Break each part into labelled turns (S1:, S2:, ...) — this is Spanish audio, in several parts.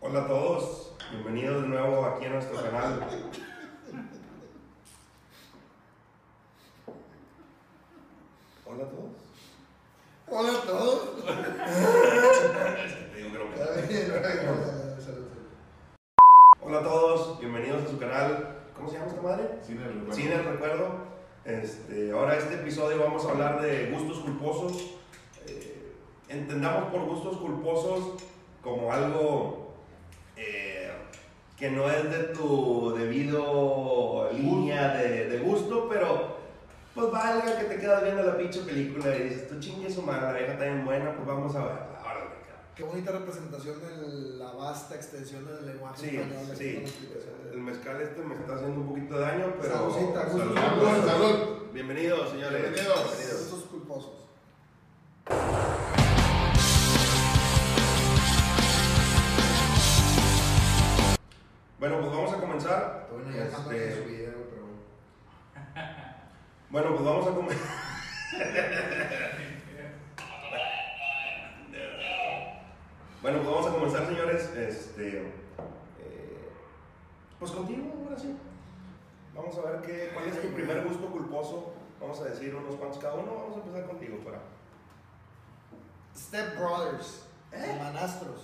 S1: Hola a todos, bienvenidos de nuevo aquí a nuestro canal. Hola a todos.
S2: Hola a todos.
S1: Es que te digo que no me-
S2: Está bien, está bien, está bien, salud,
S1: Hola a todos, bienvenidos a su canal. ¿Cómo se llama esta madre?
S3: Cine del recuerdo.
S1: Cine del Recuerdo. Este, ahora este episodio vamos a hablar de gustos culposos. Eh, entendamos por gustos culposos como algo eh, que no es de tu debido línea de, de gusto, pero pues valga que te quedas viendo la pinche película y dices, tú chingue su madre, la vieja está bien buena, pues vamos a verla. Órale, cabrón.
S2: salud. Qué bonita representación de la vasta extensión del lenguaje
S1: Sí,
S2: español. así
S1: sí.
S2: con explicaciones.
S1: El mezcal este me está haciendo un poquito de daño, pero...
S2: Saludcita, gusto.
S3: Salud, salud.
S1: Bienvenidos, señores.
S3: Bienvenidos.
S1: Bienvenidos.
S2: Estos culposos.
S1: Bueno, pues vamos a comenzar.
S2: Bueno, ya dejando
S1: Este-
S2: que su video, pero bueno.
S1: Bueno, pues vamos a comenzar. bueno, pues vamos a comenzar, señores. Este, eh, pues contigo, ahora sí. Vamos a ver qué, cuál es tu primer gusto culposo. Vamos a decir unos cuantos cada uno. Vamos a empezar contigo, para.
S2: Step Brothers, Hermanastros.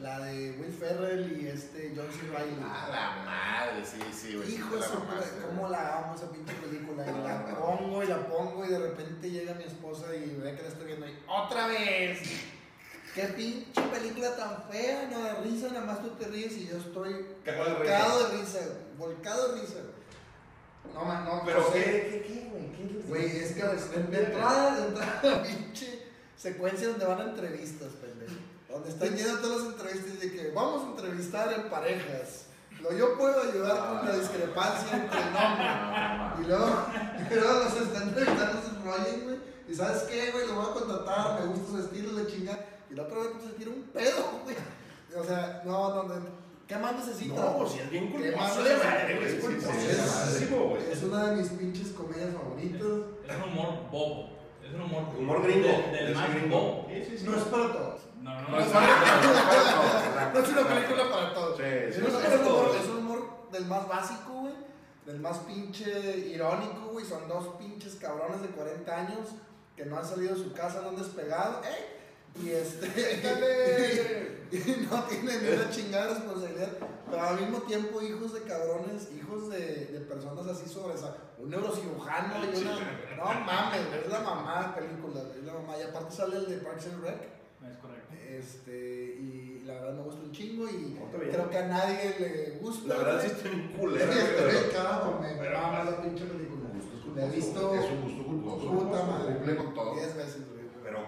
S2: La de Will Ferrell y este John C. Reilly.
S3: A la madre, sí, sí, güey. sí
S2: Hijo
S3: te
S2: de
S3: la
S2: su
S3: mamaste,
S2: madre, cómo la amo esa pinche película. Y
S3: No,
S2: la
S3: no.
S2: pongo y la pongo y de repente llega mi esposa y ve que la estoy viendo y ¡Otra vez! ¡Qué pinche película tan fea! No da risa, nada más tú te ríes y yo estoy
S1: Cagado de risa.
S2: volcado de risa, volcado de risa. No, ma- no,
S1: Pero
S2: no
S1: qué,
S2: sé.
S1: qué, qué, güey, qué les-
S2: Güey, es que de entrada, de entrada, pinche secuencia donde van a entrevistas, pendejo. Donde están yendo todas las entrevistas de que vamos a entrevistar en parejas. Lo yo puedo ayudar con la discrepancia entre el nombre.
S3: güey.
S2: Y luego, y luego los están entrevistando sus rollos, güey. Y sabes qué, güey, lo voy a contratar, me gusta su estilo, la chingada. Y la otra vez pues, se tira un pedo, güey. O sea, no, no, no. ¿Qué más necesitas?
S1: No, pues si es bien
S2: ¿Qué más
S1: culposo de madre, güey. Es
S3: Sí, sí,
S1: culposo
S3: sí,
S1: de
S2: sí.
S1: madre, güey.
S2: Es una de mis pinches comedias favoritas.
S4: Es un humor bobo. Es un humor
S1: Humor gringo.
S4: de- del
S1: es
S4: más bobo.
S1: Sí, sí, sí.
S2: No es para todos.
S4: No, no,
S3: No
S4: no.
S3: es para todos.
S2: No es una película para todos.
S3: Sí,
S2: Es
S3: sí,
S2: un
S3: sí.
S2: humor, es un humor del más básico, güey. Del más pinche irónico, güey. Son dos pinches cabrones de 40 años que no han salido de su casa, no han despegado. ¡Eh! Y este. y no tienen ni una chingada responsabilidad. Pero al mismo tiempo, hijos de cabrones, hijos de, de personas así sobre Un neurocirujano y una. No mames, güey, es la mamá de película, güey, es la mamá. Y aparte sale el de Parks and Rec.
S4: No es correcto.
S2: Este, y la verdad me gusta un chingo y
S1: Está bien.
S2: creo que a nadie le gusta.
S1: La verdad sí
S2: güey.
S1: estoy en
S2: Este,
S1: culera, güey, pero-
S2: güey, cabrón, me
S1: pero-
S2: mama la pinche película.
S3: Gusto culposo.
S2: La he visto
S3: Es un gusto culposo.
S2: puta madre.
S3: Cumple con todo.
S2: 10 veces, güey.
S1: Pero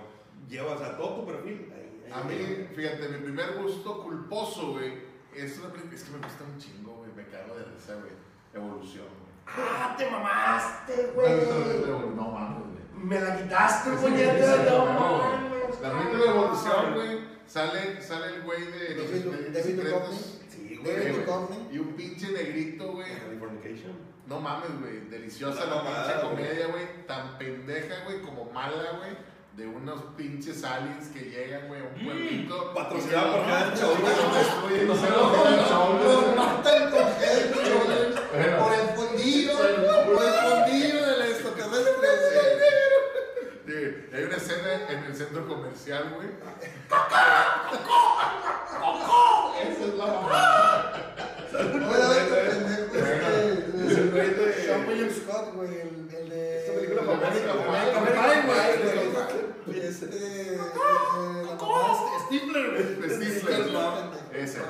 S1: llevas a todo tu perfil. ahí, ahí.
S3: A mí, fíjate, mi primer gusto culposo, güey, es una película. Es que me gusta un chingo, güey. Me cago de risa, güey. Evolución, güey.
S1: ¡Ah, te mamaste,
S3: Me gusta la
S1: güey!
S3: película, güey. No mames, güey.
S1: Me la quitaste,
S3: Es
S1: puñeta.
S3: increíble,
S1: No
S3: güey.
S1: mames.
S3: La película de evolución, güey, sale, sale el güey de los
S2: David-
S3: expedientes
S2: David
S3: secretos.
S2: Duchovny.
S1: Sí, güey.
S2: David
S3: güey.
S2: Duchovny.
S3: Y un pinche negrito, güey.
S1: Californication.
S3: No mames, güey. Deliciosa
S1: La
S3: la
S1: mamada,
S3: pinche
S1: güey.
S3: comedia, güey. Tan pendeja, güey, como mala, güey. De unos pinches aliens que llegan, güey, a un pueblito.
S1: Patrocinada por Head and
S3: Güey,
S1: Shoulders.
S3: lo destruyen, no se lo
S2: No,
S3: dejan,
S2: no,
S3: chavales.
S2: matan con Head and Shoulders
S3: Bueno.
S2: por el fondillo, por el fondillo del extraterrestre. güey.
S3: Sí, Hay una escena en el centro comercial, güey. Esa es la mamada.
S2: Bueno, el este pendejo
S3: Es el güey
S2: este,
S3: de-
S2: Sean William Scott, güey, el el de.
S1: Esta película
S3: la
S1: famosa.
S3: América, güey.
S2: American Pie, güey,
S1: American Pie.
S2: güey. Este, eh, la mamá es- Stifler, güey.
S3: Stifler, ¿no? Ese. Ese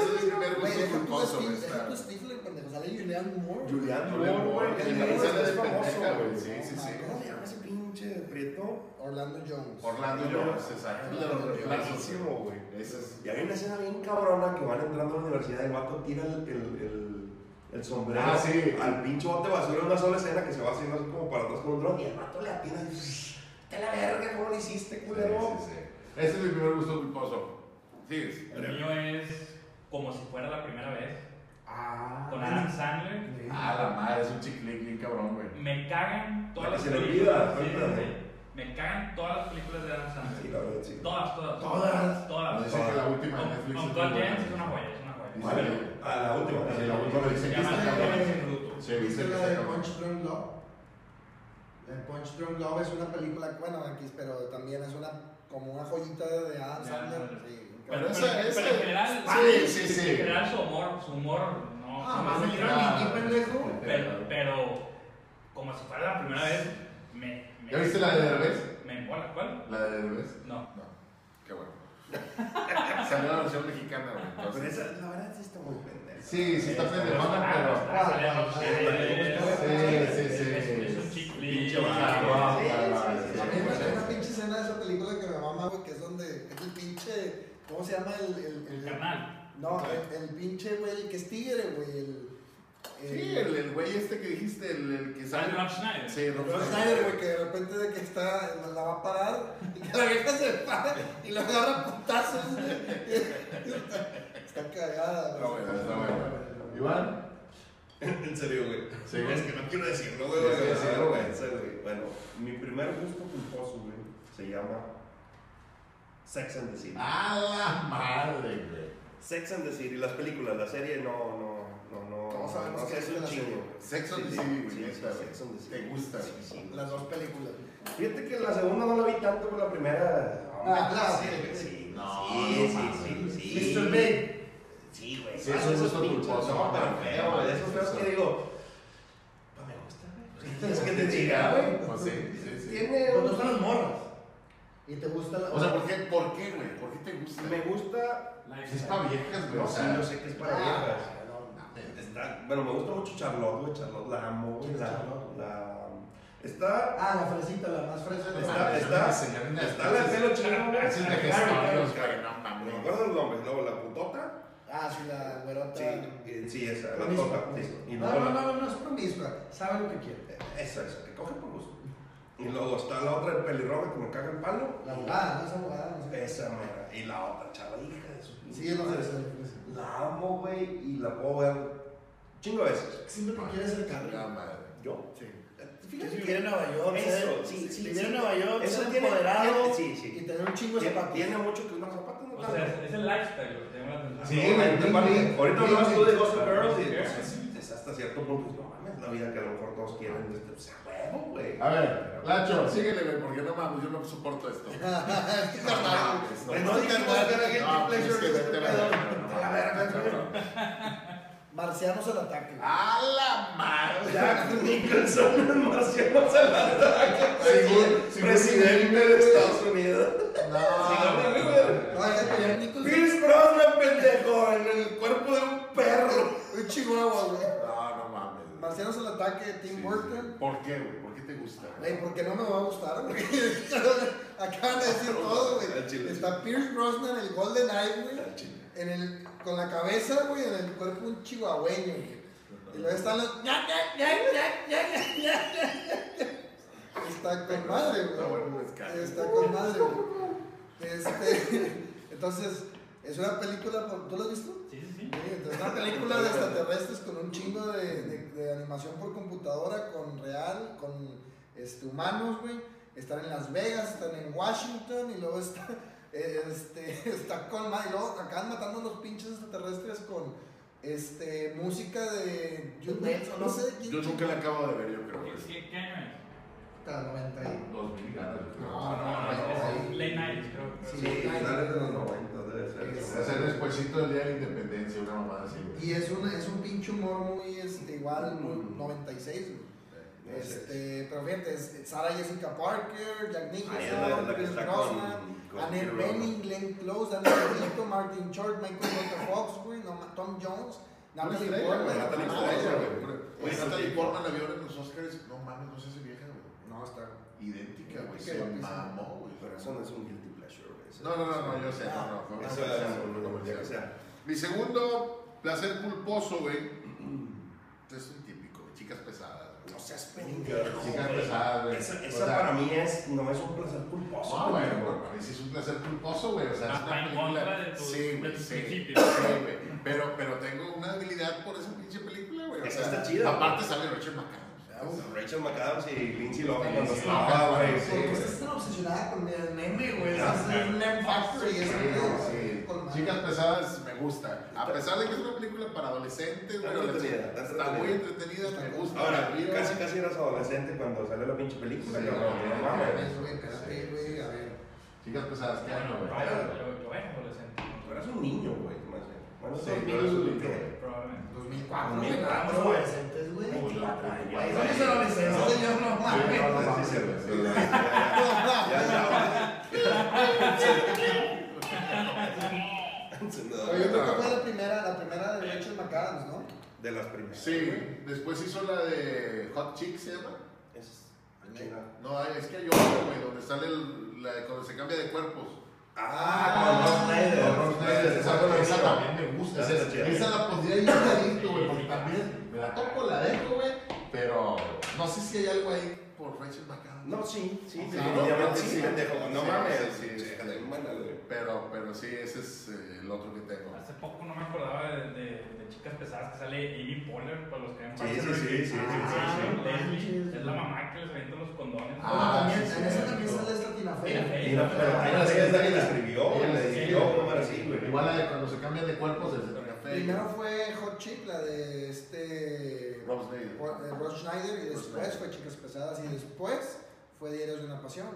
S3: es mi primer
S2: Güey,
S3: gusto
S2: deja tú a
S3: culposo, güey.
S2: Stifler, deja
S3: está.
S2: tú a Stifler, pendejo, sale Julianne Moore.
S1: Julián
S3: Julián
S1: Moore,
S3: Moore,
S1: güey.
S3: que
S1: El
S3: también
S1: negro
S3: sale
S1: es
S3: de
S1: famoso,
S3: pendeja,
S1: güey.
S3: güey. Sí, sí, sí.
S1: ¿Cómo se llama ese pinche prieto?
S2: Orlando Jones.
S3: Orlando Jones, exacto.
S2: Orlando Jones.
S3: Buenísimo,
S1: güey.
S3: güey. Ese es.
S1: Y hay una escena bien cabrona que van entrando a la universidad y el vato tira el, el- el- el sombrero
S3: Ah, sí.
S1: al pinche bote de basura en una sola escena que se va haciendo así como para atrás con un dron y el vato le atina y ¡Te la verga! ¿Cómo lo hiciste, culero?
S3: Sí, sí, sí. Ese es mi primer gusto culposo. Sigues.
S4: El mío es como si fuera la primera vez.
S1: Ah,
S4: Con Adam Sandler.
S3: Ah, la madre, es un chiclín bien cabrón, güey.
S4: Me cagan todas
S1: La
S4: las
S1: que se le
S4: películas.
S1: olvida,
S4: sí,
S1: ahorita,
S4: sí,
S1: ¿no?
S4: sí. Me cagan todas las películas de Adam
S1: Sí,
S4: Sandler.
S1: la verdad, sí.
S4: Todas, todas.
S3: Todas.
S4: Todas.
S3: Dice que la última de Netflix. es muy
S4: Uncut
S3: buena.
S4: Gems es una joya, es una joya.
S1: ¿Cuál? Ah, la última.
S3: Sí, la última.
S1: Bueno, dice
S4: Se
S1: que
S4: llama Ah,
S1: está
S2: Disney
S1: cabrón.
S2: Channel.
S3: Sí, dice
S2: ¿Viste
S3: que
S2: la
S3: está
S2: de
S3: cabrón.
S2: Punch Drunk Love? La de Punch Drunk Love es una película, bueno, aquí, pero también es una como una joyita de Adam
S4: Ya,
S2: Sandler.
S4: no, no.
S2: Sí,
S4: Pero,
S3: Pero
S4: pero-
S3: esa-
S4: pero
S3: esa-
S4: en general,
S3: Sí, sí, sí.
S4: en general su humor, su humor no.
S2: Ah,
S4: no
S2: más
S4: me
S2: de
S4: gusta.
S2: Irán, ¿qué pendejo?
S3: Eh,
S4: pero, pero como si fuera la primera vez, me. me
S3: ¿Ya viste la de Derbez?
S4: Me embola, ¿cuál?
S3: ¿La de Derbez?
S4: No.
S3: No. Qué bueno. Salió la versión mexicana, güey.
S1: Pero
S3: entonces-
S1: esa, la verdad, sí está muy pendeja.
S3: Sí, sí está
S4: Eh,
S1: Está
S3: pendejona, pero. Sí, sí, sí.
S4: Es un chick flick,
S1: Pinche
S4: o sea,
S1: vato.
S2: A mí me hay una
S3: Sí,
S2: pinche escena de esa película que me mama, güey, que es donde es el pinche. ¿Cómo se llama el. el,
S4: El carnal.
S2: No, el, el pinche, güey, el que es tigre, güey. El,
S3: el, el güey este que dijiste, el, el que
S4: ¿Sabes
S3: sale.
S4: Rob Schneider?
S3: Sí, Rob
S2: Rob Schneider, güey, que de repente de que está, pues, la va a parar y que la vieja se para y lo agarra a putazos. güey. Está cagada.
S3: Está buena, está buena. ¿Iván?
S1: En serio, güey.
S3: Sí.
S1: Es que no quiero decirlo, güey.
S3: Sí,
S1: güey,
S3: sí,
S1: me
S3: sí,
S1: da
S3: güey.
S1: vergüenza, güey. Bueno, mi primer gusto culposo, güey, se llama Sex and the City.
S3: ¡A Ah, la madre, güey!
S1: Sex and the City, las películas, la serie, no, no, no, no.
S2: Todos sabemos
S1: no,
S2: que
S1: es
S2: es
S1: un
S2: la
S1: chingo.
S2: serie.
S1: güey.
S3: Sex and the
S1: Sí,
S3: City,
S1: sí,
S3: güey,
S1: sí,
S3: neta, güey.
S1: Sex and the City.
S3: Te gusta.
S1: Sí, sí, güey.
S2: Las dos películas.
S1: Fíjate que la segunda no la vi tanto, pero la primera.
S2: Ah, claro.
S1: sí, güey, sí.
S3: No,
S1: sí,
S3: no
S1: sí,
S3: mames,
S1: sí,
S3: güey.
S1: sí.
S3: Mr. Big.
S1: Sí, güey.
S3: Sí, eso es
S1: esos
S3: gusto
S1: pinches,
S3: culposo,
S1: No, pero
S3: mamá.
S1: feo, güey. De esos feos
S3: Eso.
S1: que digo. No me gusta, güey. Es que te diga, güey.
S3: Pues sí, sí, sí.
S1: Tiene.
S2: Pues no
S1: un-
S2: son las morras. ¿Y te gusta la.?
S3: O sea, ¿por qué, por qué, güey? ¿Por qué te gusta?
S1: Me gusta.
S4: Life
S3: Es
S4: Size.
S3: para viejas, güey.
S1: No,
S3: o
S1: sí,
S3: sea,
S1: yo sé que es para viejas.
S3: ah, no, mames.
S1: Está, bueno, me gusta mucho Charlotte, güey. Charlotte la amo, güey.
S2: ¿Quién es
S1: La,
S2: Charlotte?
S1: la- está.
S2: Ah, la fresita, la más fresa. de
S1: Está-
S2: la-
S1: está-
S3: señor en las
S1: Está la de
S3: clases.
S1: pelo chino, güey.
S3: Clases de
S1: Claro, claro,
S3: gestores,
S1: claro.
S3: güey, Ah, no
S1: Me
S3: mames.
S1: acuerdo el nombre, luego la putota.
S2: Ah, sí, la güerota.
S1: Sí, eh, sí, esa, la
S2: Promiscua,
S1: tota. Sí.
S2: promiscua.
S1: Y
S2: No,
S1: luego
S2: no,
S1: la-
S2: no, no, no es promiscua. Sabe lo que quiere.
S1: Eso, eso, que coge por gusto. Y luego está la otra, el pelirroja que me caga el palo.
S2: La abogada, no es abogada. No sé.
S1: Esa mera. Y la otra, chava, hija de su
S2: Sí, es la fresa. la fresa.
S1: La amo, güey, y la puedo ver chingo de veces.
S2: Siempre que quiere ser
S3: La
S2: carrera.
S3: madre.
S1: ¿Yo? Eh,
S3: Sí.
S1: Fíjate
S2: Si
S1: que-
S2: viviera en Nueva York,
S1: Eso,
S2: ser-
S1: sí, sí,
S2: si viviera
S1: sí.
S2: en Nueva York,
S1: Eso
S2: ser
S1: tiene-
S2: empoderado
S1: tiene- sí, sí.
S2: y tener un chingo de
S1: Tiene,
S2: zapatos.
S1: tiene mucho que los zapatos no
S4: O
S1: tanto.
S4: sea, es- es el lifestyle lo que llama la atención.
S3: Sí,
S1: No,
S3: güey,
S1: te
S3: sí,
S1: parece.
S3: sí.
S1: Ahorita
S3: Sí,
S1: hablabas
S3: sí.
S1: tú de Gossip Girl y
S4: Sí,
S1: pues,
S4: sí.
S1: es hasta cierto punto, pues, no mames, la vida que a lo mejor todos quieren, este, pues a huevo, güey.
S3: A ver, Lacho, síguele, güey, porque no mames, yo no soporto esto.
S1: Pues,
S2: No,
S1: no digas
S2: no,
S1: nada,
S2: no,
S1: cara, que-
S3: No, pues es que vete a la verga, no mames.
S1: A ver, a ver, a ver.
S2: Marcianos al ataque.
S1: Ah,
S3: ¡A la madre!
S1: Jack Nicholson en Marcianos al ataque.
S3: Según- según
S1: presidente de
S3: Fidel,
S1: Estados Unidos.
S3: Ah. No,
S2: No, déjate ya, Nicholson.
S1: Pierce Brosnan, pendejo, en el cuerpo de un perro.
S2: Un chihuahua, güey.
S3: no, no mames. güey.
S2: Marcianos al ataque,
S3: Sí,
S2: Tim
S3: sí.
S2: Burton.
S3: ¿Por qué, güey? ¿Por qué te gusta? güey?
S2: Güey, porque no me va a gustar, güey. Acaban de decir todo,
S1: Al chile.
S2: güey. Está Pierce Brosnan, el Golden Eye, güey.
S1: Al chile.
S2: en el, con la cabeza, güey, en el cuerpo un chihuahueño, güey. Y luego están los. ña, ña, ña, ña, ña, ña, ña, ña, ña. Está con madre,
S3: Está bueno,
S2: güey.
S3: pues, cara.
S2: Está con madre, güey. Este, entonces, es una película. por- ¿Tú la has visto?
S4: Sí, sí, sí.
S2: Sí, entonces, una película de extraterrestres con un chingo de, de- de animación por computadora, con real, con este, humanos, güey. Están en Las Vegas, están en Washington y luego está, eh, este, está con ma- y luego acaban matando a los pinches extraterrestres con este, música de Jude Nelson, no sé de quién.
S3: Yo nunca la acabo de ver, yo creo.
S4: ¿Qué-
S3: güey.
S4: ¿Qué qué año es?
S2: Hasta 90 y-
S3: Dos mil ganas, güey.
S2: No,
S4: No,
S2: no,
S4: no,
S2: no,
S4: es- es
S2: no.
S4: Late Night, creo. creo.
S1: Sí, finales de los 90 debe ser.
S3: O sea, despuésito del día de la independencia, una mamada así, güey.
S2: Y es, una, es un pinche humor muy este, igual, muy 96, güey. Este, pero fíjate, es Sarah Jessica Parker, Jack
S1: Ahí es la,
S2: Nicholson,
S1: la que
S2: Pierce
S1: está
S2: Brosnan,
S1: con. con
S2: Annette
S1: Pierce Brosnan.
S2: Bening, Glenn Close, Dan Benito, Martin Short, Michael J. Fox, güey, no ma- Tom Jones, Natalie
S3: estrella,
S2: Portman.
S3: güey, Natalie
S2: no,
S3: Estrella,
S2: güey.
S3: güey. Oye, Natalie Portman la vio en los Oscars. No mames, no sé si vieja, güey.
S2: No, está.
S3: Idéntica, güey.
S2: Idéntica,
S3: Se
S2: lo que sea.
S3: mamó,
S1: Pero
S3: güey.
S1: eso no es un guilty pleasure. güey. Eso-
S3: No, no, no, no, yo sé, no, no. Fue una
S1: Eso
S3: comercial,
S1: es
S3: fue una
S1: un
S3: comercial.
S1: comercial. O sea,
S3: Mi segundo placer culposo, güey. Es un típico, güey, chicas pesadas. güey.
S1: no seas pendejo.
S3: Chicas
S1: güey.
S3: pesadas, güey.
S1: Esa,
S3: O
S1: esa
S3: sea,
S1: para mí es, no es un placer culposo.
S3: No, güey,
S1: pendejo.
S3: para mí sí es un placer culposo, güey. O sea, es
S4: Hasta
S3: una
S4: en
S3: película.
S4: contra de tus-
S3: sí,
S4: de
S3: güey,
S4: tus
S3: sí,
S4: principios.
S3: sí, güey. Pero, pero tengo una debilidad por esa pinche película, güey. O
S1: Es que
S3: sea,
S1: está chida,
S3: Aparte sale Richard McAdams.
S1: Rachel McAdams y Lindsay Lohan cuando
S3: Lindsay
S1: estaba,
S3: Lohan,
S1: güey.
S3: sí,
S1: sí,
S2: ¿Por qué
S1: güey.
S2: estás tan obsesionada con el meme, güey?
S1: Ya,
S2: Es un meme factory, es
S3: Sí,
S2: un
S3: sí.
S2: con
S3: Sí, chicas pesadas me gusta. A pesar de que es una película para adolescentes,
S1: Está
S3: güey, la
S1: entretenida, está
S3: chica- está muy
S1: entretenida.
S3: entretenida, me gusta.
S1: Ahora,
S3: me río,
S1: casi
S3: güey.
S1: casi eras adolescente cuando salió la pinche película.
S3: Sí,
S1: yo,
S3: no,
S1: no,
S3: no,
S1: no,
S3: no,
S1: mames.
S2: Güey, espérate, güey, a ver.
S3: Chicas pesadas, qué año, güey.
S4: Bueno, yo, yo era adolescente.
S1: Tú eras un niño, güey, más bien. Bueno,
S3: Sí,
S1: tú
S3: tú eras un niño,
S1: ¿qué?
S3: güey.
S4: Probablemente.
S2: 2004, güey.
S1: 2004,
S2: Éramos
S1: güey.
S2: adolescentes, güey.
S3: Uy, no, güey.
S2: Güey, somos adolescentes, señor, no mames.
S1: Sí,
S3: mames.
S1: sí, sí, sí, sí, ya, ya,
S2: Pero yo creo que
S1: ya.
S2: fue la primera, la primera de Rachel McAdams, ¿no?
S1: De las primeras.
S3: Sí, después hizo la de Hot Chicks, ¿se llama?
S1: Es- chinga.
S3: No, ay, es que hay otra, güey, donde sale el, la, cuando se cambia de cuerpos.
S1: Ah, con Rob Snyder.
S3: Con Rob Snyder,
S1: Esa
S3: esa,
S1: fue la
S3: esa
S1: chida.
S3: también me gusta.
S1: Esa
S3: Esa,
S1: es la chida.
S3: esa la pondría ahí un ladito, güey, porque también me la toco, la dejo, güey. Pero no sé si hay algo ahí por Rachel McAdams.
S1: No, sí, sí,
S3: Sí,
S1: definitivamente
S3: no,
S1: sí,
S3: sí.
S1: pendejo. No
S3: Sí,
S1: mames,
S3: sí, sí.
S1: Chécate, buena, güey.
S3: Pero, pero sí, ese es eh, el otro que tengo.
S4: Hace poco no me acordaba de, de- de chicas pesadas que sale Amy Poehler para los que ven
S1: Sí,
S4: Parks
S1: sí,
S4: and
S1: sí, sí,
S4: Rec.
S1: sí,
S4: Ah,
S1: sí,
S2: sí.
S4: Leslie, Es la mamá que les avienta los condones.
S3: Ah,
S2: también,
S3: sí,
S2: en esa
S3: cierto.
S2: también sale esta Tina Fey.
S4: Tina Fey.
S1: Y la pero ahí la serie es la que la escribió,
S3: Ella
S1: la
S3: la
S1: dirigió,
S3: escribió.
S1: no mames, sí, güey.
S3: Igual la de cuando se cambian de cuerpos desde el
S2: Primero
S3: café.
S2: fue Hot Chick, la de este.
S3: Rob Snyder.
S2: Ro- eh, Rob Schneider, y
S3: Rob
S2: después
S3: Schneider.
S2: fue Chicas Pesadas, y después fue Diarios de una Pasión.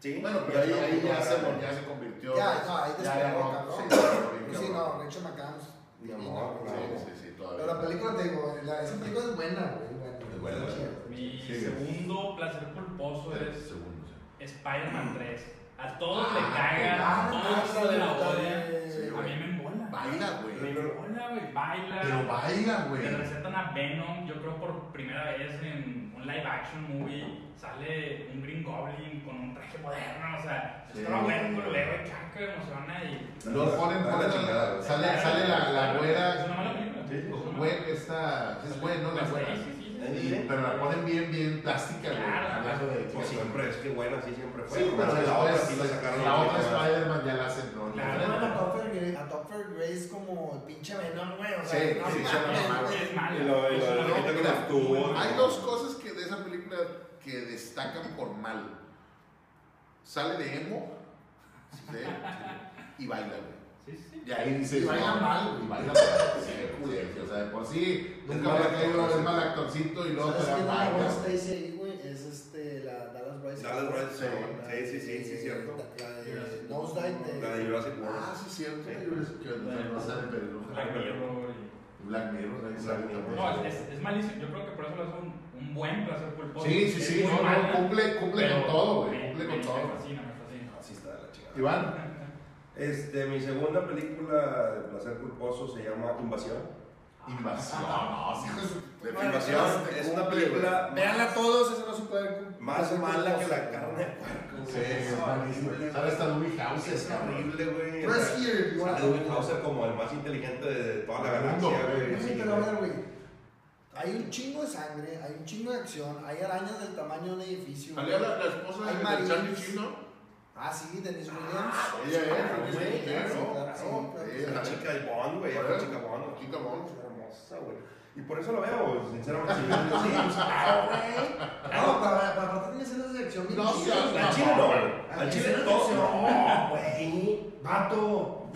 S1: Sí,
S3: Bueno, pero ahí,
S1: está
S3: ahí
S1: muy
S3: ya, se,
S1: raro.
S3: ya se convirtió.
S2: Ya, no, ahí
S3: ya,
S2: despegó,
S3: no,
S2: cabrón.
S3: sí, cabrón,
S2: Pero
S3: cabrón.
S2: sí, no, Rachel McAdams.
S1: Mi
S2: divina,
S1: amor,
S2: güey.
S1: claro.
S3: Sí, sí, sí,
S2: Pero la
S3: todavía.
S2: película, te digo, la- esa película es buena, güey.
S3: Es
S2: buena,
S3: buena,
S2: está
S3: buena.
S2: chida.
S4: Mi
S3: Sí.
S4: segundo placer culposo es
S3: Segundo, sí. Mm.
S4: Spider-Man 3. A todos le
S3: Ah,
S4: caga, a
S2: Ah,
S4: todos
S2: esa
S4: de
S2: de
S4: la
S2: la
S4: odia.
S2: de-
S3: Sí,
S4: A mí me embola.
S3: Baila, güey.
S4: Me embola, güey. Baila.
S3: Pero baila, güey.
S4: Le recetan a Venom, yo creo por primera vez en un live action movie sale un Green Goblin con un traje moderno, o sea,
S3: Sí.
S4: estaba bueno, pero luego chaca, emociona y...
S3: Lo ponen,
S1: Está
S3: ponen
S1: la chingada,
S3: la,
S1: güey.
S3: Pues sale, sale la, la
S4: Es
S3: güera.
S4: una mala película.
S1: Sí, sí,
S4: Es una-
S3: Güey, esta. Es güey, ¿no? La
S4: Pues,
S3: güera.
S4: Sí, sí, sí, sí.
S3: Y- pero la ponen bien, bien plástica, güey.
S4: Claro.
S3: Hablando de
S1: Pues siempre, es que buena, sí, siempre fue.
S3: Sí,
S1: Nomás
S3: pero
S1: que
S3: la otra es,
S1: sí la sacaron.
S3: la otra
S1: mucho más.
S3: Spider-Man ya la hacen, ¿no?
S4: Claro.
S2: Pero a Topher Grace- A Topher Grace como el pinche Venom, güey. O sea,
S3: Sí,
S2: no
S3: sí,
S2: mames,
S3: se la mamaron.
S2: güey.
S4: Es mala.
S1: Y lo- y lo-
S4: Es una
S1: lo que
S4: película
S1: te
S4: muy
S1: actúa,
S4: buena.
S3: Hay dos cosas que de esa película que destacan por mal. Sale de emo sí, y baila, güey.
S4: Sí, sí, sí.
S3: Y ahí dices,
S2: Y baila
S3: no,
S2: mal.
S3: y baila mal. Sí, güey, o sea, de por sí, nunca me
S1: mal
S3: ha caído
S1: actor,
S3: el mal actorcito y luego
S2: ¿Sabes
S3: te la
S2: quién Pues, es la
S3: baila.
S2: buena Stacy ahí, güey? Es este, la Dallas Bryce.
S1: Dallas Bryce Howard.
S2: La
S1: Sí, sí, sí,
S2: de-
S1: sí, cierto.
S2: La de Nosedive de...
S1: La de Jurassic
S3: Ah,
S1: World.
S3: sí, cierto. Yo les- que no sale, pero no
S4: Black Mirror y-
S3: Black Mirror, ahí sale también.
S4: No, es, es malísimo. Yo creo que por eso lo hace un, un buen placer culposo.
S3: Sí, sí,
S4: Es
S3: sí,
S4: muy
S3: no,
S4: mala,
S3: no, cumple, cumple
S4: pero
S3: con todo, güey,
S4: me-
S3: cumple
S4: me-
S3: con
S4: Me
S3: todo.
S4: fascina, me fascina.
S1: Así Ah, está de la chingada.
S3: Iván,
S1: Este, mi segunda película de placer culposo se llama Invasión.
S3: invasión. No, sí, es-
S1: De
S2: Bueno,
S1: Invasión
S2: este
S1: es una
S3: cumple,
S1: película
S2: Veanla todos, eso no se puede...
S1: más
S2: hacer
S1: mala
S2: cosa,
S1: que la
S2: güey.
S1: carne de puerco.
S3: Sí,
S1: güey.
S3: es malísimo. Sale hasta Louis House,
S1: Es
S3: cabrón.
S1: horrible, güey.
S2: Press here, you want
S1: Sale Dwayne Hauser como el más inteligente de toda la
S3: Del mundo,
S1: galaxia,
S3: güey.
S1: güey.
S2: Sí,
S1: Sí,
S2: pero a
S1: güey.
S2: ver, güey. Hay un chingo de sangre, hay un chingo de acción, hay arañas del tamaño de un edificio. güey.
S3: Salió la, la esposa
S2: Hay
S3: del- del
S2: marines.
S3: Charlie Chino.
S2: Ah, sí, Denise Williams.
S3: Ella es,
S1: claro,
S3: güey,
S1: güey,
S3: claro,
S2: sí, claro,
S3: claro,
S2: sí, claro.
S3: ella
S1: Es
S3: es
S1: la chica de Bond, güey. Es la chica Bond.
S3: Chica Bond.
S1: Hermosa, güey. Y por eso lo veo, sinceramente. sí, sí,
S2: Ah, güey. No, para para aparte tiene escenas de acción. bien
S3: No,
S2: chidas,
S3: sí,
S2: güey.
S1: Al chile no, güey. Al chile todo. No, güey. Vato.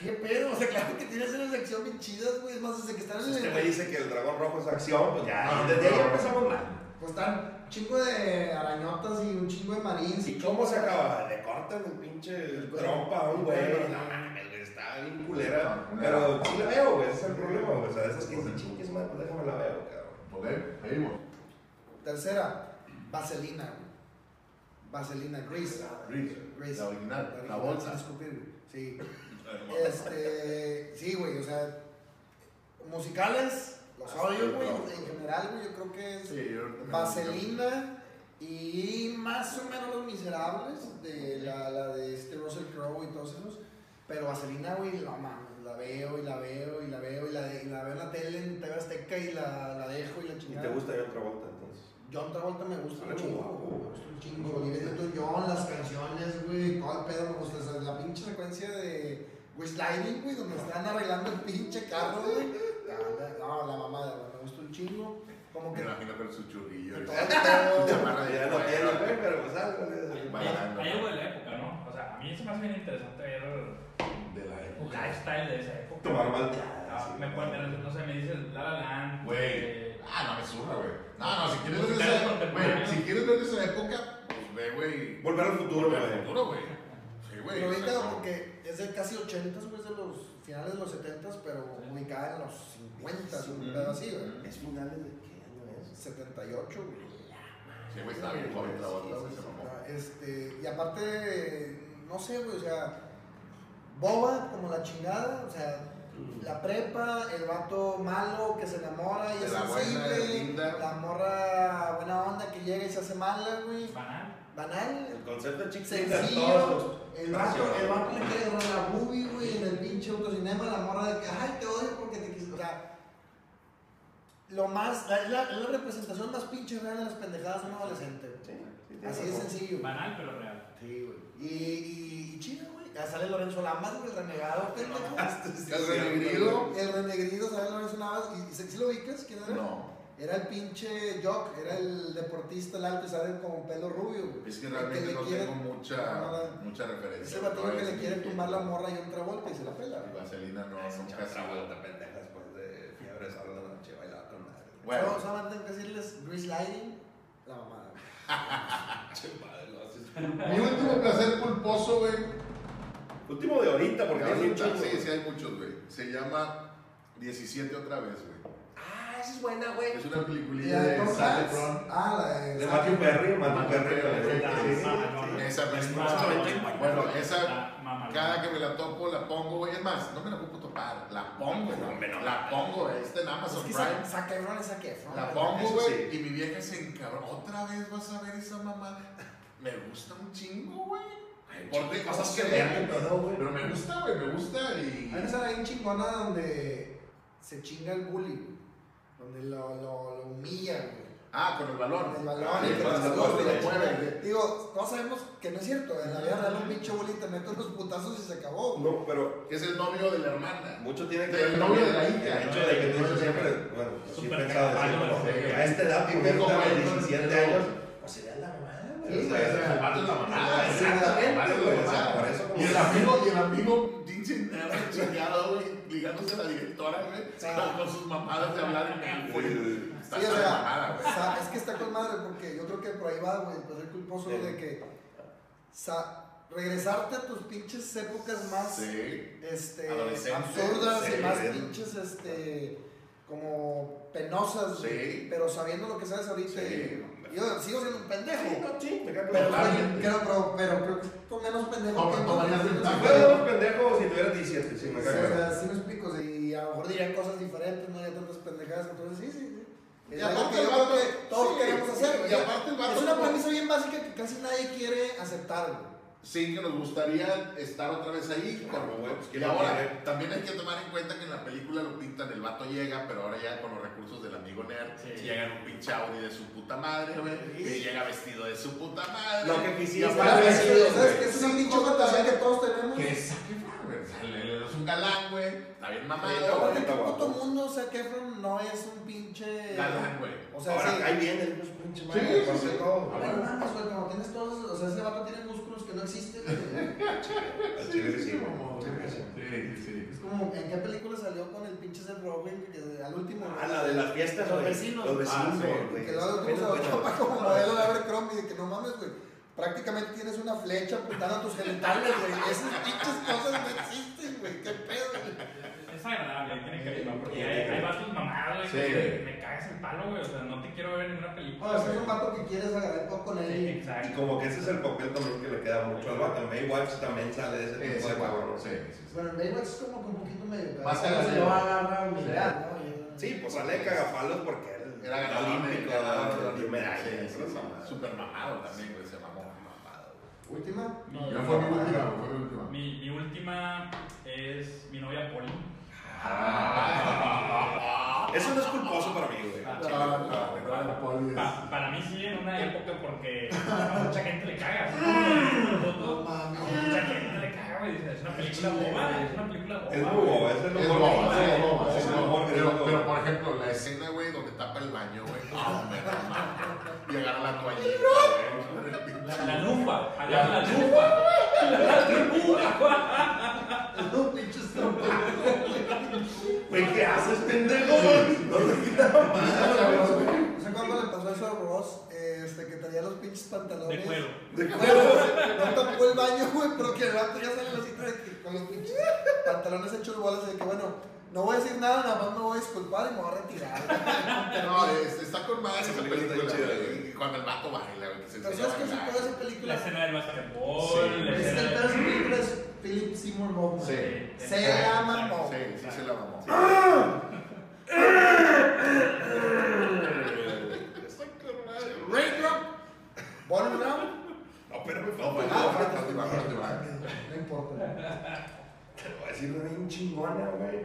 S2: ¿Qué pedo? O sea, claro que tiene escenas de acción bien chidas, güey. Es más, desde que están
S1: Pues
S2: en
S1: Este
S2: el.
S1: güey dice que el dragón rojo es acción, pues ya.
S3: Ah,
S1: Desde ahí
S3: no.
S1: empezamos mal.
S2: Pues están un chingo de arañotas y un chingo de marines.
S1: ¿Y cómo se acaba? Le cortan el pinche trompa a un güey. No mames, güey, está bien culera. Pero sí la veo, güey. Ese es el problema, güey. O sea, de esas que dicen chingues, man, pues déjame la veo, cabrón.
S3: Ok, ahí vamos.
S2: Tercera, Vaselina, güey. Vaselina, Grease. Grease.
S3: La original, la
S2: sin
S3: bolsa.
S2: escupir, güey. Sí. Este, sí, güey, o sea, musicales, los odio, güey, en general, güey, yo creo que es
S3: Sí, yo-
S2: Vaselina y más o menos Los Miserables, de la, la de este Russell Crowe y todos esos, pero Vaselina, güey, la mames, la veo y la veo y la veo y la, de- y la veo en la tele en TV Azteca y la, la dejo y la
S1: Y
S2: chingada.
S1: te gusta yo otra vuelta, entonces.
S2: John Travolta me gusta
S1: Ah,
S2: un chingo,
S1: wow.
S2: güey, me gusta un chingo. Y desde tú John, las canciones, güey, todo el pedo, me gusta. O sea, la pinche secuencia de Wish Lightning, güey, donde están arreglando el pinche carro, güey. Ah, La- la- No, la mamada, güey, me gusta un chingo. Como
S3: Me
S2: que.
S3: imagino con su churrillo.
S2: de
S3: y-
S2: todo el pedo,
S3: Su chamarra de
S1: Ya no tiene,
S3: cuero,
S1: güey,
S3: güey.
S1: pero pues algo.
S4: Hay
S3: Bailando.
S4: hay algo de la época, ¿no? O sea, a mí se me hace bien interesante ver
S3: de la
S4: el
S3: época.
S4: lifestyle de esa época.
S1: Tomar
S4: Ah,
S1: malteadas.
S4: me ponen, no sé, me dices La La Land.
S3: Güey,
S4: eh,
S3: ah, no me surra, güey. No, no, si quieres ver
S4: Pues,
S3: de
S4: claro,
S3: esa época,
S4: contemporáneo.
S3: si quieres ver de esa época, pues ve, güey.
S1: Volver al futuro,
S3: Volver al
S1: güey.
S3: futuro, güey. Sí, güey.
S2: Pero
S3: o sea,
S2: ahorita
S3: no.
S2: porque es de casi 80, güey, es de los finales de los 70, pero ubicada en los 50, un pedo así, güey.
S1: ¿Es finales de qué año es?
S2: 78, güey.
S3: Sí, güey, Pues está bien joven Travolta, sí, se mamó.
S2: Este, y aparte, no sé, güey, o sea, boba como la chingada, o sea,
S3: Mm.
S2: la prepa, el vato malo que se enamora y
S3: De
S2: es
S3: la buena, de
S2: sensible,
S3: linda.
S2: la morra buena onda que llega y se hace mala, güey,
S4: Banal.
S2: banal,
S1: El concepto de chicos
S2: sencillo, el vato, el vato le quiere dar la boobie, güey, en el pinche autocinema, la morra de que, ay, te odio porque te quise, o sea, lo más, es la, es la representación más pinche real de las pendejadas de un adolescente, güey. Así de sencillo.
S4: Banal, pero real.
S2: Sí, güey. Y, y, y chido, güey. Ya sale Lorenzo Lamas, güey, el renegado, pendejo.
S3: El renegrido.
S2: El renegrido sale Lorenzo Lamas. ¿Y si lo ubicas? ¿Quién era?
S3: No.
S2: Era el pinche Jock, era el deportista, el alto, y sale con pelo rubio, güey.
S3: Es que
S2: El
S3: realmente
S2: le
S3: no
S2: quiere-
S3: tengo mucha,
S2: no,
S3: mucha referencia.
S2: Ese vato
S3: No,
S2: que
S3: es
S2: le quiere
S3: mi-
S2: tumbar la morra y otra vuelta y se la pela, güey.
S3: Vaselina no, nunca
S1: Nunca
S3: ha sido.
S1: Travolta, pendeja, después de fiebre, solo de noche, bailaba con madre.
S3: Bueno.
S2: Solo- Solamente tengo que decirles, Grease Lighting, la mamada, güey.
S1: Che madre, lo haces.
S3: Mi último placer culposo, güey.
S1: Último de ahorita, porque
S3: Ya
S1: es
S3: ahorita-
S1: un chingo.
S3: Sí, sí, hay muchos, güey. Se llama 17 otra vez, güey.
S1: Ah, esa es buena, güey.
S3: Es una
S2: Y
S3: peliculilla
S2: la
S3: de
S2: Tom
S3: Zac
S2: Hanks.
S3: Efron.
S2: Ah, la de.
S1: De Matthew Perry,
S3: Matthew
S1: Matthew Perry.
S3: Perry,
S1: güey.
S4: la-
S1: Sí, sí,
S4: la-
S1: sí.
S3: Esa me
S1: Es
S3: gusta.
S1: mucho,
S3: Bueno, esa
S4: La mamá.
S3: cada que me la topo la pongo, güey. Es más, no me la puedo topar. La pongo,
S1: No, hombre, no.
S3: La pongo, güey. Está en
S2: Es
S3: Amazon
S2: que
S3: Prime.
S2: Zac Zac Efron es Zac Efron,
S3: La
S2: güey.
S3: pongo,
S1: Eso
S3: güey, y mi vieja se encabró. Otra vez vas a ver esa mamá. Me gusta un chingo, güey. Porque cosas que
S1: verga,
S3: vean,
S1: todo, güey.
S3: Pero me gusta, güey, me gusta y.
S2: Hay una escena bien chingona donde se chinga el bully, güey. Donde lo, lo, lo humilla, güey.
S3: Ah, con el balón.
S2: Con el balón y
S3: Sí,
S2: que
S3: con
S2: lo
S3: el
S1: las
S2: sacude,
S3: balón,
S1: cosas,
S2: güey.
S3: lo mueve.
S2: Digo, todos sabemos que no es cierto. En la vida real un pinche bully te mete unos putazos y se acabó, güey.
S1: No, pero
S3: Que es el novio de la hermana.
S1: mucho tiene que
S3: Del
S1: ver
S3: novio de la
S1: también
S3: hija,
S1: El
S3: ¿no?
S1: hecho de que tú
S3: Del novio
S1: dices
S3: de la
S1: siempre,
S3: hija.
S1: bueno, sí
S4: Súper
S1: pensaba decir,
S4: capaz,
S1: como
S4: güey.
S1: que a esta edad, mi
S3: Digo,
S1: a
S3: güey,
S1: los 17
S3: pero-
S1: años, pues sería la mamada, güey.
S3: Sí,
S1: O
S3: güey,
S1: sea,
S3: o sea, el vato es la mamada,
S1: Ah,
S3: güey.
S1: exactamente,
S3: El vato es la
S1: güey, o sea,
S3: mamada.
S1: por eso como-
S3: Y el amigo, y el amigo, pinche nerd, chingado, güey, ligándose a la directora, güey,
S2: Ah.
S3: con sus mamadas de hablar en
S1: Sí,
S3: güey.
S1: sí, sí.
S3: Está
S2: Sí, o
S3: hasta la
S2: sea,
S3: mamada, güey.
S2: O sea, es que está con madre porque yo creo que por ahí va, güey, pues, el placer culposo
S1: Sí.
S2: de que sa- regresarte a tus pinches épocas más
S3: Sí.
S2: este,
S3: Adolescente,
S2: absurdas
S1: sí,
S2: y más
S1: bien.
S2: pinches este, como penosas, güey,
S3: Sí.
S2: pero sabiendo lo que sabes ahorita.
S3: Sí.
S2: y- yo sigo siendo un pendejo.
S1: Sí, no, sí, me cago en
S2: Pero,
S1: la madre.
S2: creo, pero, pero, pero creo que estoy menos pendejo
S3: Toma-
S2: que
S3: tomarías
S1: Si
S3: ventaja.
S1: fuera un pendejo, si tuviera 17, sí,
S2: O
S1: me cago en la madre.
S2: sea, sí me explico, sí, y a lo mejor diría cosas diferentes, no hay tantas pendejadas, entonces sí, sí, sí. Es
S3: Y
S2: algo
S3: aparte
S2: que
S3: el
S2: yo creo
S3: vato-
S2: que todos
S3: sí,
S2: queremos hacer.
S3: y aparte el vato
S2: es una
S3: como-
S2: premisa bien básica que casi nadie quiere aceptar, güey.
S3: Sí, que nos gustaría estar otra vez ahí.
S1: Claro,
S3: con-
S1: güey, pues, ¿quién
S3: y
S1: lo
S3: ahora,
S1: quiere?
S3: también hay que tomar en cuenta que en la película lo pintan, el vato llega, pero ahora ya con los recursos del amigo nerd,
S4: Sí.
S3: llega en un pinche Audi de su puta madre, güey, y llega vestido de su puta madre.
S1: Lo que quisiste,
S3: Y
S1: Para
S2: Pero
S3: aparte-
S1: güey.
S2: es que,
S1: ellos,
S2: ¿sabes qué?
S1: güey.
S2: Es una pinche fantasía que todos tenemos.
S3: Que es Zac Efron, güey. O sea, le- le- Es un galán, güey. Está bien
S1: Sí, está
S3: mamado.
S2: Aparte,
S1: bueno.
S3: güey.
S2: ¿qué
S1: Ahorita,
S2: puto
S1: guapo.
S2: mundo, o sea, que Efron no es un pinche.
S3: Galán, güey.
S2: O sea,
S1: Ahora
S2: sí.
S1: cae bien el pinche madre,
S3: Sí, sí,
S1: aparte de
S3: sí.
S1: todo.
S3: Ah,
S2: Ay, no mames, güey, como tienes todos. O sea, ese vato tiene músculos que no existen, güey.
S1: Al chile sí, güey.
S3: mamón,
S1: Al chile sí.
S3: güey. Sí, sí,
S2: Es
S3: sí.
S2: como, ¿en qué película salió con el pinche Seth Rogen? Que al último.
S1: Ah, la de las fiestas,
S2: Los
S1: güey.
S2: vecinos.
S1: Los
S3: Ah,
S1: vecinos,
S3: sí.
S1: güey.
S2: Que luego
S1: Pues,
S2: tú
S1: Bueno,
S2: usas
S1: bueno.
S2: ropa como modelo de Abercrombie, de que no mames, güey. Prácticamente tienes una flecha apuntando a tus genitales, güey. Esas pinches cosas no existen, güey. Qué pedo, güey.
S4: Es agradable, tiene que ver, porque
S1: Sí.
S4: hay, hay vatos mamados, güey,
S3: Sí.
S4: que me cagas el palo, güey, o sea, no te quiero ver en ninguna película.
S2: O sea, Oh, es
S4: güey.
S2: un vato que quieres agarrar poco con
S4: Sí,
S2: él.
S1: Y
S4: Exacto.
S1: como que ese es el papel también que le queda mucho al vato. En Baywatch también sale ese tipo
S3: Ese
S1: de cabrón.
S3: cabrón, sí, sí, sí.
S2: pues, Bueno, el Baywatch es como que un poquito medio.
S3: Más
S2: pero se
S3: agarrado.
S2: lo agarra a mirar, ¿no?
S1: Sí, pues sale de cagapalos porque él
S3: Era ganador de
S1: olímpico,
S3: ganador
S1: ganador
S3: de
S1: de medalla.
S3: sí,
S1: esas
S3: sí,
S1: mamadas.
S3: Super mamado también, güey, se mamó. Mamado.
S2: Última.
S4: Mi-
S3: Yo fue mi última, güey, fue mi última.
S4: Mi, mi última es mi novia Poli.
S1: Eso no es culposo para mí, güey.
S4: Ah,
S3: No, no, no, no, la poli es-
S4: Pa- para mí sí, en una época porque a mucha gente le caga. así como los
S2: Ah, No
S4: fotos,
S2: mames.
S4: a mucha gente le caga, güey. dice, Es una película boba, es una película boba.
S1: Es muy
S4: güey".
S1: bobo, ese es lo
S3: Es
S1: mejor.
S3: boba, sí, es boba, sí,
S1: Es
S3: es
S1: lo
S3: boba.
S1: mejor que
S3: Pero,
S1: digo.
S3: pero, por ejemplo, la escena, güey, donde tapa el baño, güey. Ah, hombre, no mames. Y agarra la toallita, güey.
S4: La, la lupa, allá la lupa.
S3: No, pinches trompadas.
S1: Güey, ¿qué haces, pendejo? No te queda mal, güey.
S2: No sé cuándo le pasó eso a Ross, eh, este, que traía los pinches pantalones.
S4: De cuero.
S2: De cuero, güey. No tapó el baño, güey, pero que el rato ya sale la cita de que con los pinches pantalones hechos bolas de que, bueno, no voy a decir nada, nada más me voy a disculpar y me voy a retirar.
S3: No, es- está con madre esa
S1: Esa película
S3: película.
S1: está chida,
S3: güey. Cuando el vato baila, güey, que se
S2: Pero
S3: enseña
S2: ¿sabes
S3: a
S2: qué es el
S3: bailar.
S2: peor de esa
S4: La
S2: película?
S4: escena del basquetbol,
S3: Sí,
S4: la
S2: Es que el peor
S4: escena
S2: de esa película es Philip Seymour Hoffman.
S3: Sí.
S2: Se la mamó.
S3: Sí, sí se la mamó. Está con madre. Raindrop.
S2: Bottom round,
S1: No, espérame,
S3: No,
S1: papá.
S3: pues,
S2: Ah,
S3: no, no te va, no te va.
S2: no importa.
S1: Te voy a decir una bien chingona, güey.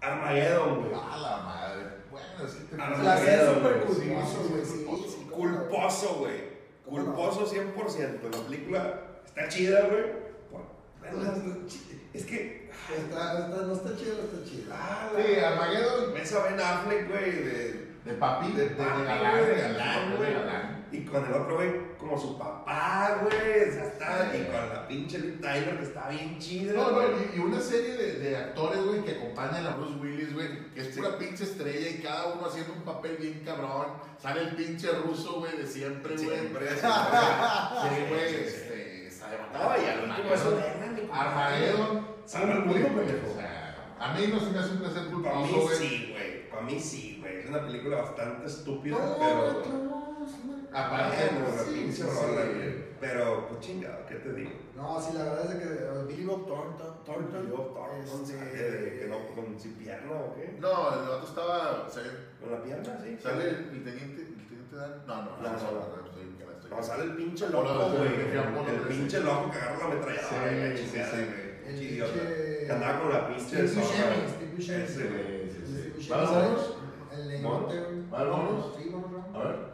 S1: Armageddon, güey.
S3: A la madre. Bueno, sí te
S1: A
S2: La sé
S1: Armageddon,
S2: súper
S1: güey, sí,
S2: culposo,
S3: sí,
S2: güey.
S3: sí,
S2: Sí,
S3: culposo.
S2: sí, cómo no.
S1: Culposo, güey.
S2: ¿Cómo no?
S1: Culposo 100%. La película está chida, güey. Por- Es que.
S2: Está- está- No está chido, no está chido.
S1: Ah,
S3: Sí,
S1: la
S3: Armageddon.
S1: mesa Ben Affleck, güey, de.
S3: De papi, de,
S1: De
S3: de
S1: papi,
S3: galán,
S1: güey,
S3: de galán,
S1: güey.
S3: de galán.
S1: Y con el otro, güey, como su papá, güey. O sea, está. Y con la pinche Liv Tyler, que está bien chida.
S3: No,
S1: güey.
S3: no, y, y una serie de, de actores, güey, que acompañan a Bruce Willis, güey, que es
S1: Sí.
S3: pura pinche estrella y cada uno haciendo un papel bien cabrón. Sale el pinche ruso, güey, de siempre, güey.
S1: Siempre,
S3: Sí,
S1: siempre.
S3: güey,
S1: Sí, sí,
S3: este, está de
S1: No, y al último eso de.
S3: Armageddon.
S1: Salva el
S3: muy
S1: mundo,
S3: bueno,
S1: pendejo.
S3: o sea, A mí no se me hace un placer
S1: Para mí
S3: culposo, güey.
S1: sí, güey. Para mí sí, güey. Es una película bastante estúpida,
S3: No,
S1: pero.
S3: no, es una-
S1: Aparte,
S3: Aparte,
S1: bueno, la
S3: sí,
S1: pinche
S3: sí,
S1: rola,
S3: sí.
S1: güey. Pero, pues chingado, ¿qué te digo?
S2: No, sí, la verdad es de que eh, Billy Bob Thornton. Thornton,
S1: Yo, Thornton,
S2: este,
S1: sale de que no, con sin pierna o qué?
S3: No, el otro estaba. sale-
S1: ¿Con la pierna? Sí.
S3: Sale el teniente. ¿El teniente Dan? No, no,
S1: No,
S3: no, no,
S1: no.
S3: no, estoy- que la estoy-
S1: No, sale el pinche
S3: Apolo,
S1: loco,
S3: sí,
S1: güey.
S3: sí, Apolo,
S1: El
S3: sí.
S1: pinche loco que agarra la
S3: Sí,
S1: metrallada, güey.
S3: sí,
S1: chingada,
S3: sí.
S1: güey.
S2: El
S1: Qué idiota.
S2: pinche-
S1: Que andaba con la pinche
S2: Steve
S1: zorra.
S2: Buscemi, Steve Buscemi.
S1: Ese,
S3: Sí,
S1: güey.
S3: sí, sí.
S2: ¿Vámonos?
S3: ¿Vámonos?
S2: El lengote, güey.
S3: ¿Vámonos?
S2: Sí, bonus
S3: A
S2: round.
S3: ver.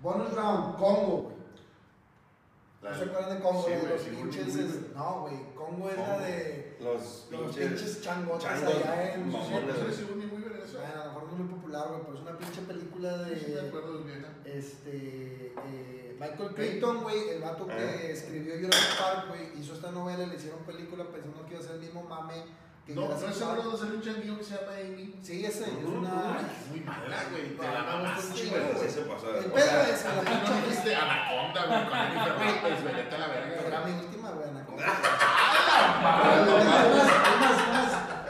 S2: Bonus round, Congo, güey.
S3: La-
S2: ¿No se acuerdan de Congo?
S3: Sí,
S2: la de
S3: güey,
S2: los
S3: sí,
S2: pinches.
S3: güey,
S2: es-
S3: güey.
S2: No, güey. Congo es la de
S1: Los
S2: los
S1: pinches.
S2: pinches changotes
S1: changos
S2: allá en.
S3: Sí,
S1: mamones.
S3: pero ese Sigourney Weaver en eso.
S2: Bueno, a lo mejor no es muy popular, güey, pero es una pinche película
S3: Sí, sí, me
S2: de.
S3: acuerdo bien.
S2: Este. eh, Michael Crichton, güey, el vato
S3: Ah.
S2: que escribió Jurassic Park, güey, hizo esta novela, le hicieron película pensando que iba a ser el mismo mame que
S3: No, no
S2: Jurassic
S3: es
S2: Park.
S3: seguro de salir un changuillo que se llama Amy.
S2: Sí, ese es
S1: Ujú,
S2: una.
S3: Es muy mala, güey. Te
S2: No,
S3: la
S2: no, no,
S3: mamaste,
S2: está
S1: Sí,
S2: chido,
S3: güey.
S1: güey, sí se pasó de-
S2: El
S1: o
S2: pedo
S1: sea,
S2: es que la
S3: Antes no
S2: pinche.
S3: dijiste Anaconda, güey, con Jennifer López, güey. Vete a la
S2: Era
S3: verga.
S2: mi última, güey, Anaconda.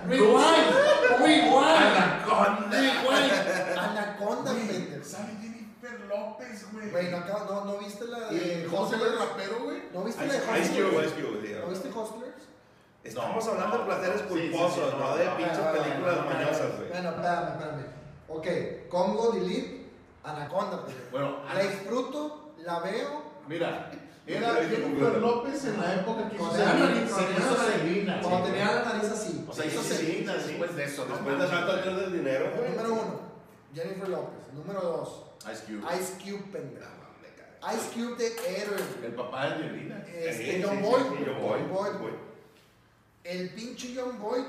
S3: güey.
S2: Rewind, rewind.
S3: Anaconda, güey.
S2: Anaconda,
S3: Güey,
S2: pendejo.
S3: Sale Jennifer López, güey.
S2: Güey, no, acaba- no, no viste la
S3: Y el
S2: de.
S3: eh, José el
S2: Hustlers?
S3: rapero, güey.
S2: ¿No viste la de
S1: Ice Ice Cube,
S2: Hustlers?
S1: Ice Cube, sí,
S2: ¿No viste Hustlers?
S1: Estamos
S3: No,
S1: hablando de
S3: no,
S1: placeres
S3: no, sí, sí, sí,
S1: culposos,
S3: no,
S1: no,
S3: no,
S1: de
S3: no,
S1: pinches
S2: Ah,
S1: películas
S2: bueno,
S1: mañosas, güey.
S2: Bueno, espérame, espérame. Ok, Congo, Delete, Anaconda, pues.
S3: Bueno,
S2: La disfruto, la veo.
S3: Mira, era Jennifer López en la época que
S2: Cuando
S3: se
S2: tenía-
S3: se hizo Selena.
S2: Cuando
S3: sí,
S2: tenía
S3: güey.
S2: la nariz así.
S3: O sea, hizo
S1: Sí, sí, sí,
S3: Selena
S1: sí.
S3: después de eso, ¿no?
S1: Después de tanto años del dinero, güey.
S2: Número uno, Jennifer López. Número dos,
S3: Ice Cube.
S2: Ice Cube, pendejo. Ice Cube de héroe, güey.
S3: El papá de Angelina.
S2: Este,
S1: Sí,
S2: John
S1: sí,
S2: Boy,
S1: sí, sí,
S2: güey,
S1: John Boy,
S2: John Boy.
S1: Boy.
S2: El pinche John Boy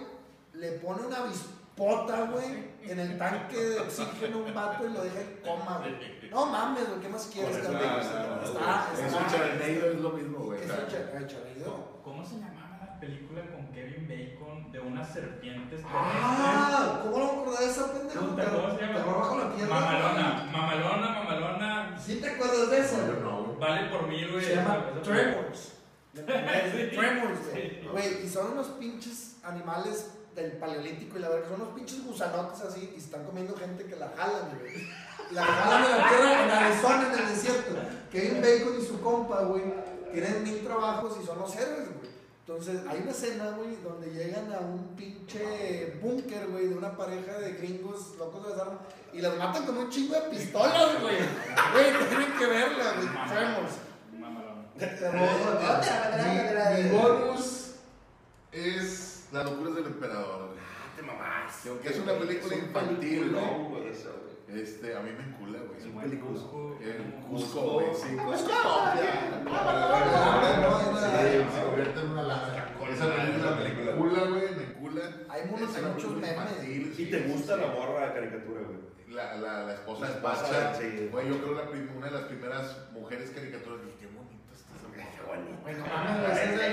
S2: le pone una bispota, güey, en el tanque de oxígeno a un vato y lo deja en coma, güey. No mames, güey, ¿qué más quieres,
S1: Por eso
S2: cabrón?
S1: digo,
S2: Está,
S1: está-
S2: está.
S1: es
S3: Eso,
S1: un
S3: Charneiro es lo mismo, güey.
S2: ¿Qué es eh, el cha- el Charneiro?
S4: ¿Cómo se llamaba la película con Kevin Bacon de unas serpientes terrestres?
S2: Ah, ¿cómo no me acordaba de esa pendejo?
S4: Puta, ¿cómo se llama?
S2: Terror bajo la tierra.
S4: Mamalona, mamalona, mamalona.
S2: ¿Sí te acuerdas de esa?
S3: Bueno, no, güey.
S4: Vale por mí, güey.
S2: Se llama
S4: Esa- esa-
S2: Tremors. Tremors, güey.
S4: Sí.
S2: Güey, y son unos pinches animales del paleolítico y la verdad, que son unos pinches gusanotes así y están comiendo gente que la jalan, güey. La jalan de la tierra en Arizona, en el desierto. Kevin Bacon y su compa, güey, tienen mil trabajos y son los héroes, güey. Entonces, hay una escena, güey, donde llegan a un pinche búnker, güey, de una pareja de gringos locos de las armas y las matan con un chingo de pistolas, güey. Güey, tienen que verla, güey. Tremors.
S4: Mamalona.
S3: Mi- Mi bonus es Las locuras del emperador, güey.
S1: Ah, te mamás.
S3: Que es una película infantil, ¿no?
S1: güey, eso, güey.
S3: Este, a mí me encula, güey.
S1: Es un peliculón.
S4: Este,
S3: El
S1: Cusco,
S3: Eh, Cusco, güey. Sí, Cusco. Se convierte en una lana. Esa película me encula, güey. Me encula.
S2: Hay muchos,
S3: Es una
S2: muchos
S3: película
S2: memes.
S3: infantil,
S1: ¿Y
S3: sí,
S1: te
S3: sí,
S1: gusta
S3: sí.
S1: la morra de caricatura, güey?
S3: La, la, la esposa
S1: La
S3: de
S1: esposa,
S3: Pacha.
S1: sí.
S3: Güey, yo creo la prim- una de las primeras mujeres caricaturas. Dije, qué bonita está esa mujer.
S1: Juanita.
S2: Bueno, mames, güey, ese es de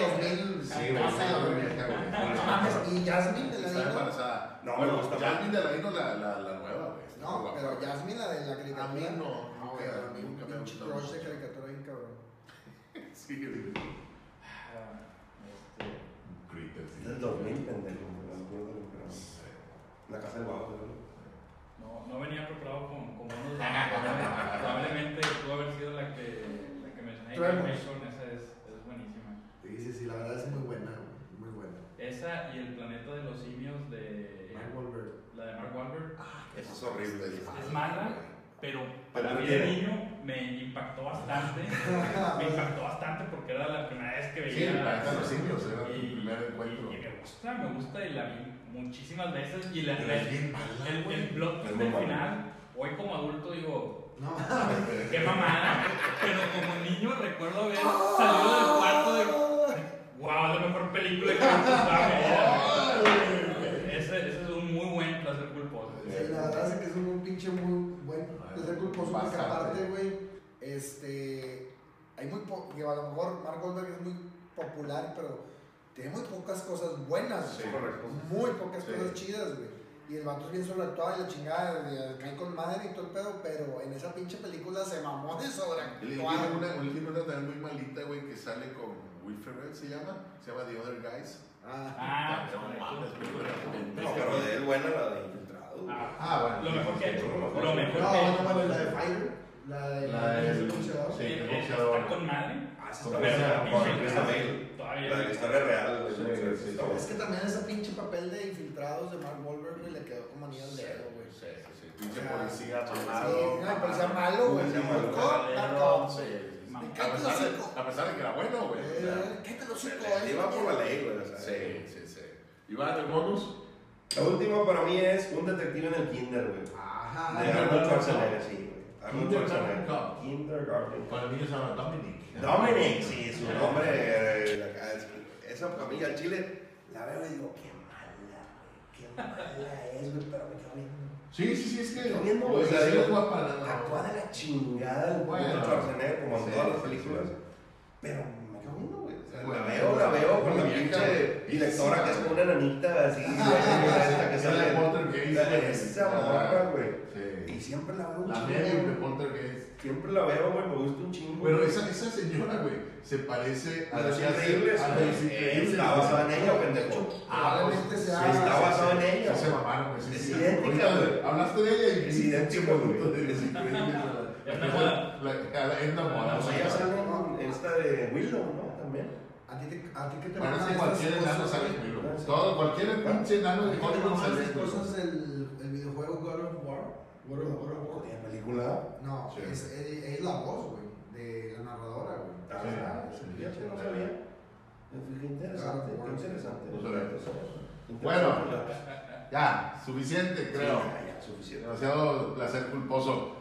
S2: 2000.
S3: Sí, güey, esa es la vieja, güey.
S2: No mames, y Jasmine de la
S3: Está
S2: Dino.
S3: embarazada.
S1: No,
S3: bueno,
S1: me gusta
S3: Jasmine de la Dino, la, la, la nueva, güey. está
S2: No,
S3: guapa.
S2: pero Jasmine la de la caricatura.
S3: A mí no, no, güey,
S2: Pero
S3: a mí nunca me ha
S2: pinche
S3: gustado
S2: crush de
S3: mucho.
S2: caricatura bien cabrón.
S3: Sí, güey.
S4: Ah, este,
S3: Critters.
S1: Es del 2000, pendejo. me acuerdo, pero- La casa del guau, ¿no?
S4: No, no venía preparado con, con buenos datos. Probable- Probablemente pudo haber sido la que, la que mencioné.
S2: Truenos.
S4: Mason, esa es, es buenísima.
S5: Sí, sí, sí, la verdad es muy buena, güey, muy buena.
S4: Esa y el planeta de los simios de
S5: Mark Wahlberg.
S4: la de Mark Wahlberg.
S1: Eso es horrible.
S4: Es mala, pero para
S1: Pero
S4: mí
S1: quiere.
S4: de niño me impactó bastante. me impactó bastante porque era la primera vez que
S3: Sí,
S4: veía.
S3: el planeta de los simios era
S4: y,
S3: tu primer encuentro.
S4: y- y me gusta, me gusta y la vi muchísimas veces. Y la,
S3: Pero es bien mala,
S4: el,
S3: güey.
S4: el plot
S1: Es
S4: twist
S1: muy
S4: del
S1: mala.
S4: final, hoy como adulto digo, "Ah,
S5: No,
S4: Qué mamada. Pero como niño recuerdo haber salido del cuarto de. ¡Wow! La mejor película que he visto en toda mi vida". Ese, ese es un muy buen placer culposo.
S2: Sí, la verdad es que es un pinche muy buen placer culposo porque
S3: Ah, Bastante.
S2: aparte, güey, este, hay muy po digo, a lo mejor Mark Goldberg es muy popular, pero tiene muy pocas cosas buenas,
S3: Sí,
S2: güey.
S3: correcto.
S2: muy pocas
S3: Sí.
S2: cosas chidas, güey. Y el vato es bien sobreactuado y la chingada, de- de- cae con madre y todo el pedo, pero en esa pinche película se mamó de Ah.
S3: Él tiene una,
S2: sobreactuar.
S3: él tiene una también muy malita, güey, que sale con Will Ferrell, se llama, se llama The Other Guys.
S2: Ah,
S4: Ah,
S3: no mames, güey, era
S1: No,
S3: pendejo.
S1: pero de él buena la de infiltrado. güey.
S4: Ah,
S5: ah, bueno.
S4: Lo mejor que ha hecho. Lo
S5: No,
S4: mejor que ha
S5: bueno,
S4: hecho.
S5: bueno, la de Fire, la de
S3: La del-
S5: del boxeador.
S3: sí. el
S4: Eh,
S3: boxeador.
S4: Está con madre.
S1: Ah, esa
S4: Pero
S1: está buena,
S4: la pinche
S1: con Christian Bale.
S4: Todavía.
S1: La de la historia real, güey.
S3: Sí,
S1: Sí,
S3: sí,
S1: sí, está buena.
S2: Es que también ese pinche papel de infiltrados de Mark Wahlberg, güey, le quedó como anillo al
S3: Sí,
S2: dedo, güey.
S3: sí, sí. Pinche policía
S2: Sí,
S3: mamado.
S2: una policía malo, güey.
S1: Policía malo.
S2: Narco, narco.
S3: Sí, sí, sí.
S4: Mamá.
S3: A pesar de- A pesar de que era bueno, güey. Pues, o sea.
S2: Eh, ¿Qué te lo
S1: Se
S2: supo?
S1: le lleva por la ley, güey. o sea. eh.
S3: Sí, sí, sí. Iván, el bonus.
S1: La última para mí es un detective en el kinder, güey.
S5: Ajá.
S1: De Arnold Schwarzenegger, sí, güey.
S6: Kindergarten
S1: Arnold Schwarzenegger.
S6: Cop.
S1: Kindergarten Cop.
S6: Para mí se llama Dominic.
S1: Dominic, sí, su nombre. eh, acá es- Esa familia Chile, la veo y digo, qué mala, güey, qué mala es, güey, pero me quedo bien.
S6: Sí, sí, sí, es que.
S1: Lo mismo,
S6: güey,
S1: o sea,
S6: sí
S1: yo-
S6: es guapa la
S1: Actúa de la chingada el
S6: Bueno.
S1: puto Schwarzenegger, como en
S3: Sí,
S1: todas las
S3: sí,
S1: películas.
S3: sí.
S1: Pero me quedo viendo, güey. o sea,
S3: Bueno,
S1: la veo, la veo con
S3: muy
S1: la
S3: bien,
S1: pinche
S3: cabrón.
S1: directora que es como una nanita así, güey, esta que
S6: Es
S1: sale.
S6: la Poltergeist,
S1: la de
S6: güey.
S1: Esa
S3: Ah.
S1: morra, güey.
S6: Sí.
S1: Y siempre la veo un
S6: La
S1: chingo,
S6: Mary de
S1: güey.
S6: Poltergeist.
S1: Siempre la veo, güey, me gusta un chingo.
S6: Pero esa, esa señora, güey, se parece
S1: A los
S6: que hace-
S1: increíbles,
S6: a
S1: güey. Eh,
S6: los increíbles.
S1: Está basada en ella, pendejo.
S6: Ah, pues,
S2: Probablemente
S6: sí,
S2: sea-
S1: Está
S6: sí,
S1: basado
S6: sí,
S1: en
S6: sí,
S1: ella.
S6: se mamaron, güey. sí,
S1: Es
S6: sí.
S1: idéntica,
S6: Ahorita
S1: güey.
S6: Hablaste de ella y.
S1: Es idéntica, güey.
S6: De los increíbles, la-
S4: Es una
S6: la-
S4: moda.
S6: la- la- Es una moda.
S1: Pues
S6: güey.
S1: ella sale en esta de Willow, ¿no? También.
S2: ¿A ti, te, a ti qué te
S6: Parece cualquier enano sale
S2: güey?
S6: culo. Todo, cualquier pinche enano
S2: ¿A
S6: de
S2: ti ¿Qué te
S6: Hollywood
S2: mamaban
S6: sale
S2: de
S6: culo.
S2: cosas el, el videojuego God of War? God of God of War.
S1: ¿Tiene película?
S2: No,
S6: Sí.
S2: es, es, es la voz, güey, de la narradora, güey.
S1: Ah,
S6: sí,
S1: ya
S6: sí.
S1: que no sabía. Me fijé, Qué interesante, qué interesante.
S6: No sabía.
S1: Interesante.
S6: Bueno. Ya, suficiente,
S1: Sí,
S6: creo.
S1: ya, ya, suficiente.
S6: Demasiado placer culposo.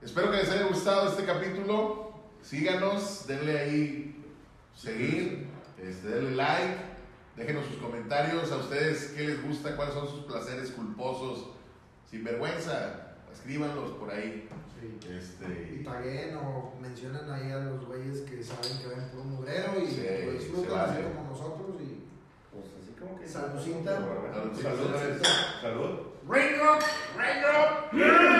S6: Espero que les haya gustado este capítulo. Síganos, denle ahí seguir, este, denle like, déjenos sus comentarios a ustedes qué les gusta, cuáles son sus placeres culposos. Sin vergüenza, escríbanlos por ahí.
S2: Sí. Y
S6: Este,
S2: paguen o mencionan ahí a los güeyes que saben que ven por un mugrero y
S6: Sí,
S2: lo disfrutan
S6: se vale.
S2: así como nosotros y...
S1: Pues así como que.
S2: Saludcita.
S1: Salud.
S6: Saludcita.
S1: Salud.
S6: ¡Ring up! ¡Ring up!